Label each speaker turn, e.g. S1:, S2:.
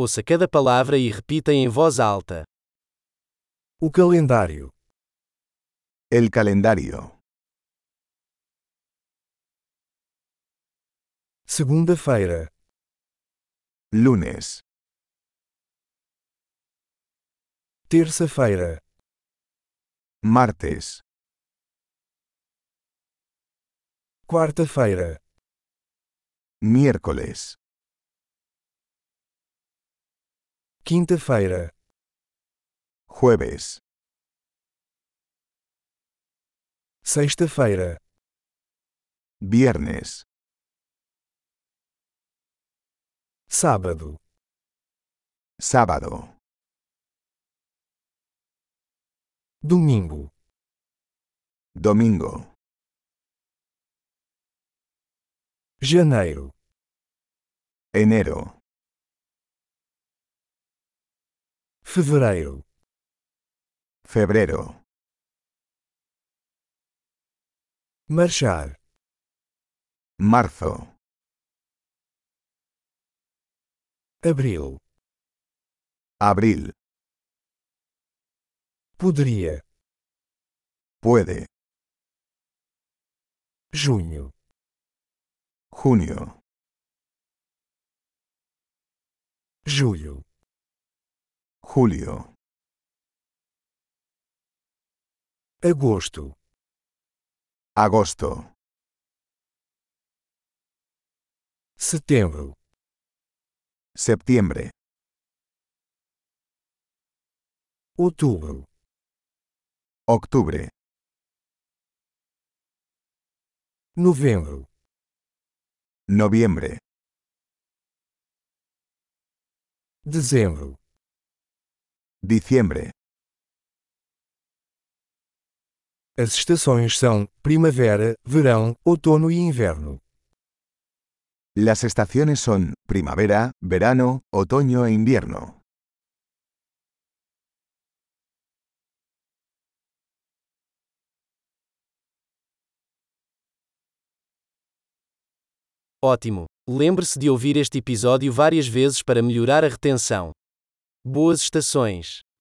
S1: Ouça cada palavra e repita em voz alta.
S2: O calendário.
S3: El calendario.
S2: Segunda-feira.
S3: Lunes.
S2: Terça-feira.
S3: Martes.
S2: Quarta-feira.
S3: Miércoles.
S2: Quinta-feira.
S3: Jueves.
S2: Sexta-feira.
S3: Viernes.
S2: Sábado.
S3: Sábado.
S2: Domingo.
S3: Domingo.
S2: Janeiro.
S3: Enero.
S2: Fevereiro.
S3: Febrero.
S2: Marchar.
S3: Marzo.
S2: Abril.
S3: Abril.
S2: Poderia.
S3: Puede.
S2: Junho.
S3: Junio.
S2: Julho.
S3: Julio.
S2: Agosto.
S3: Agosto.
S2: Setembro.
S3: Septiembre.
S2: Outubro.
S3: Octubre.
S2: Novembro.
S3: Noviembre.
S2: Dezembro.
S3: Diciembre.
S2: As estações são primavera, verão, outono e inverno.
S3: Las estaciones son primavera, verano, otoño e invierno.
S1: Ótimo! Lembre-se de ouvir este episódio várias vezes para melhorar a retenção. Boas estações!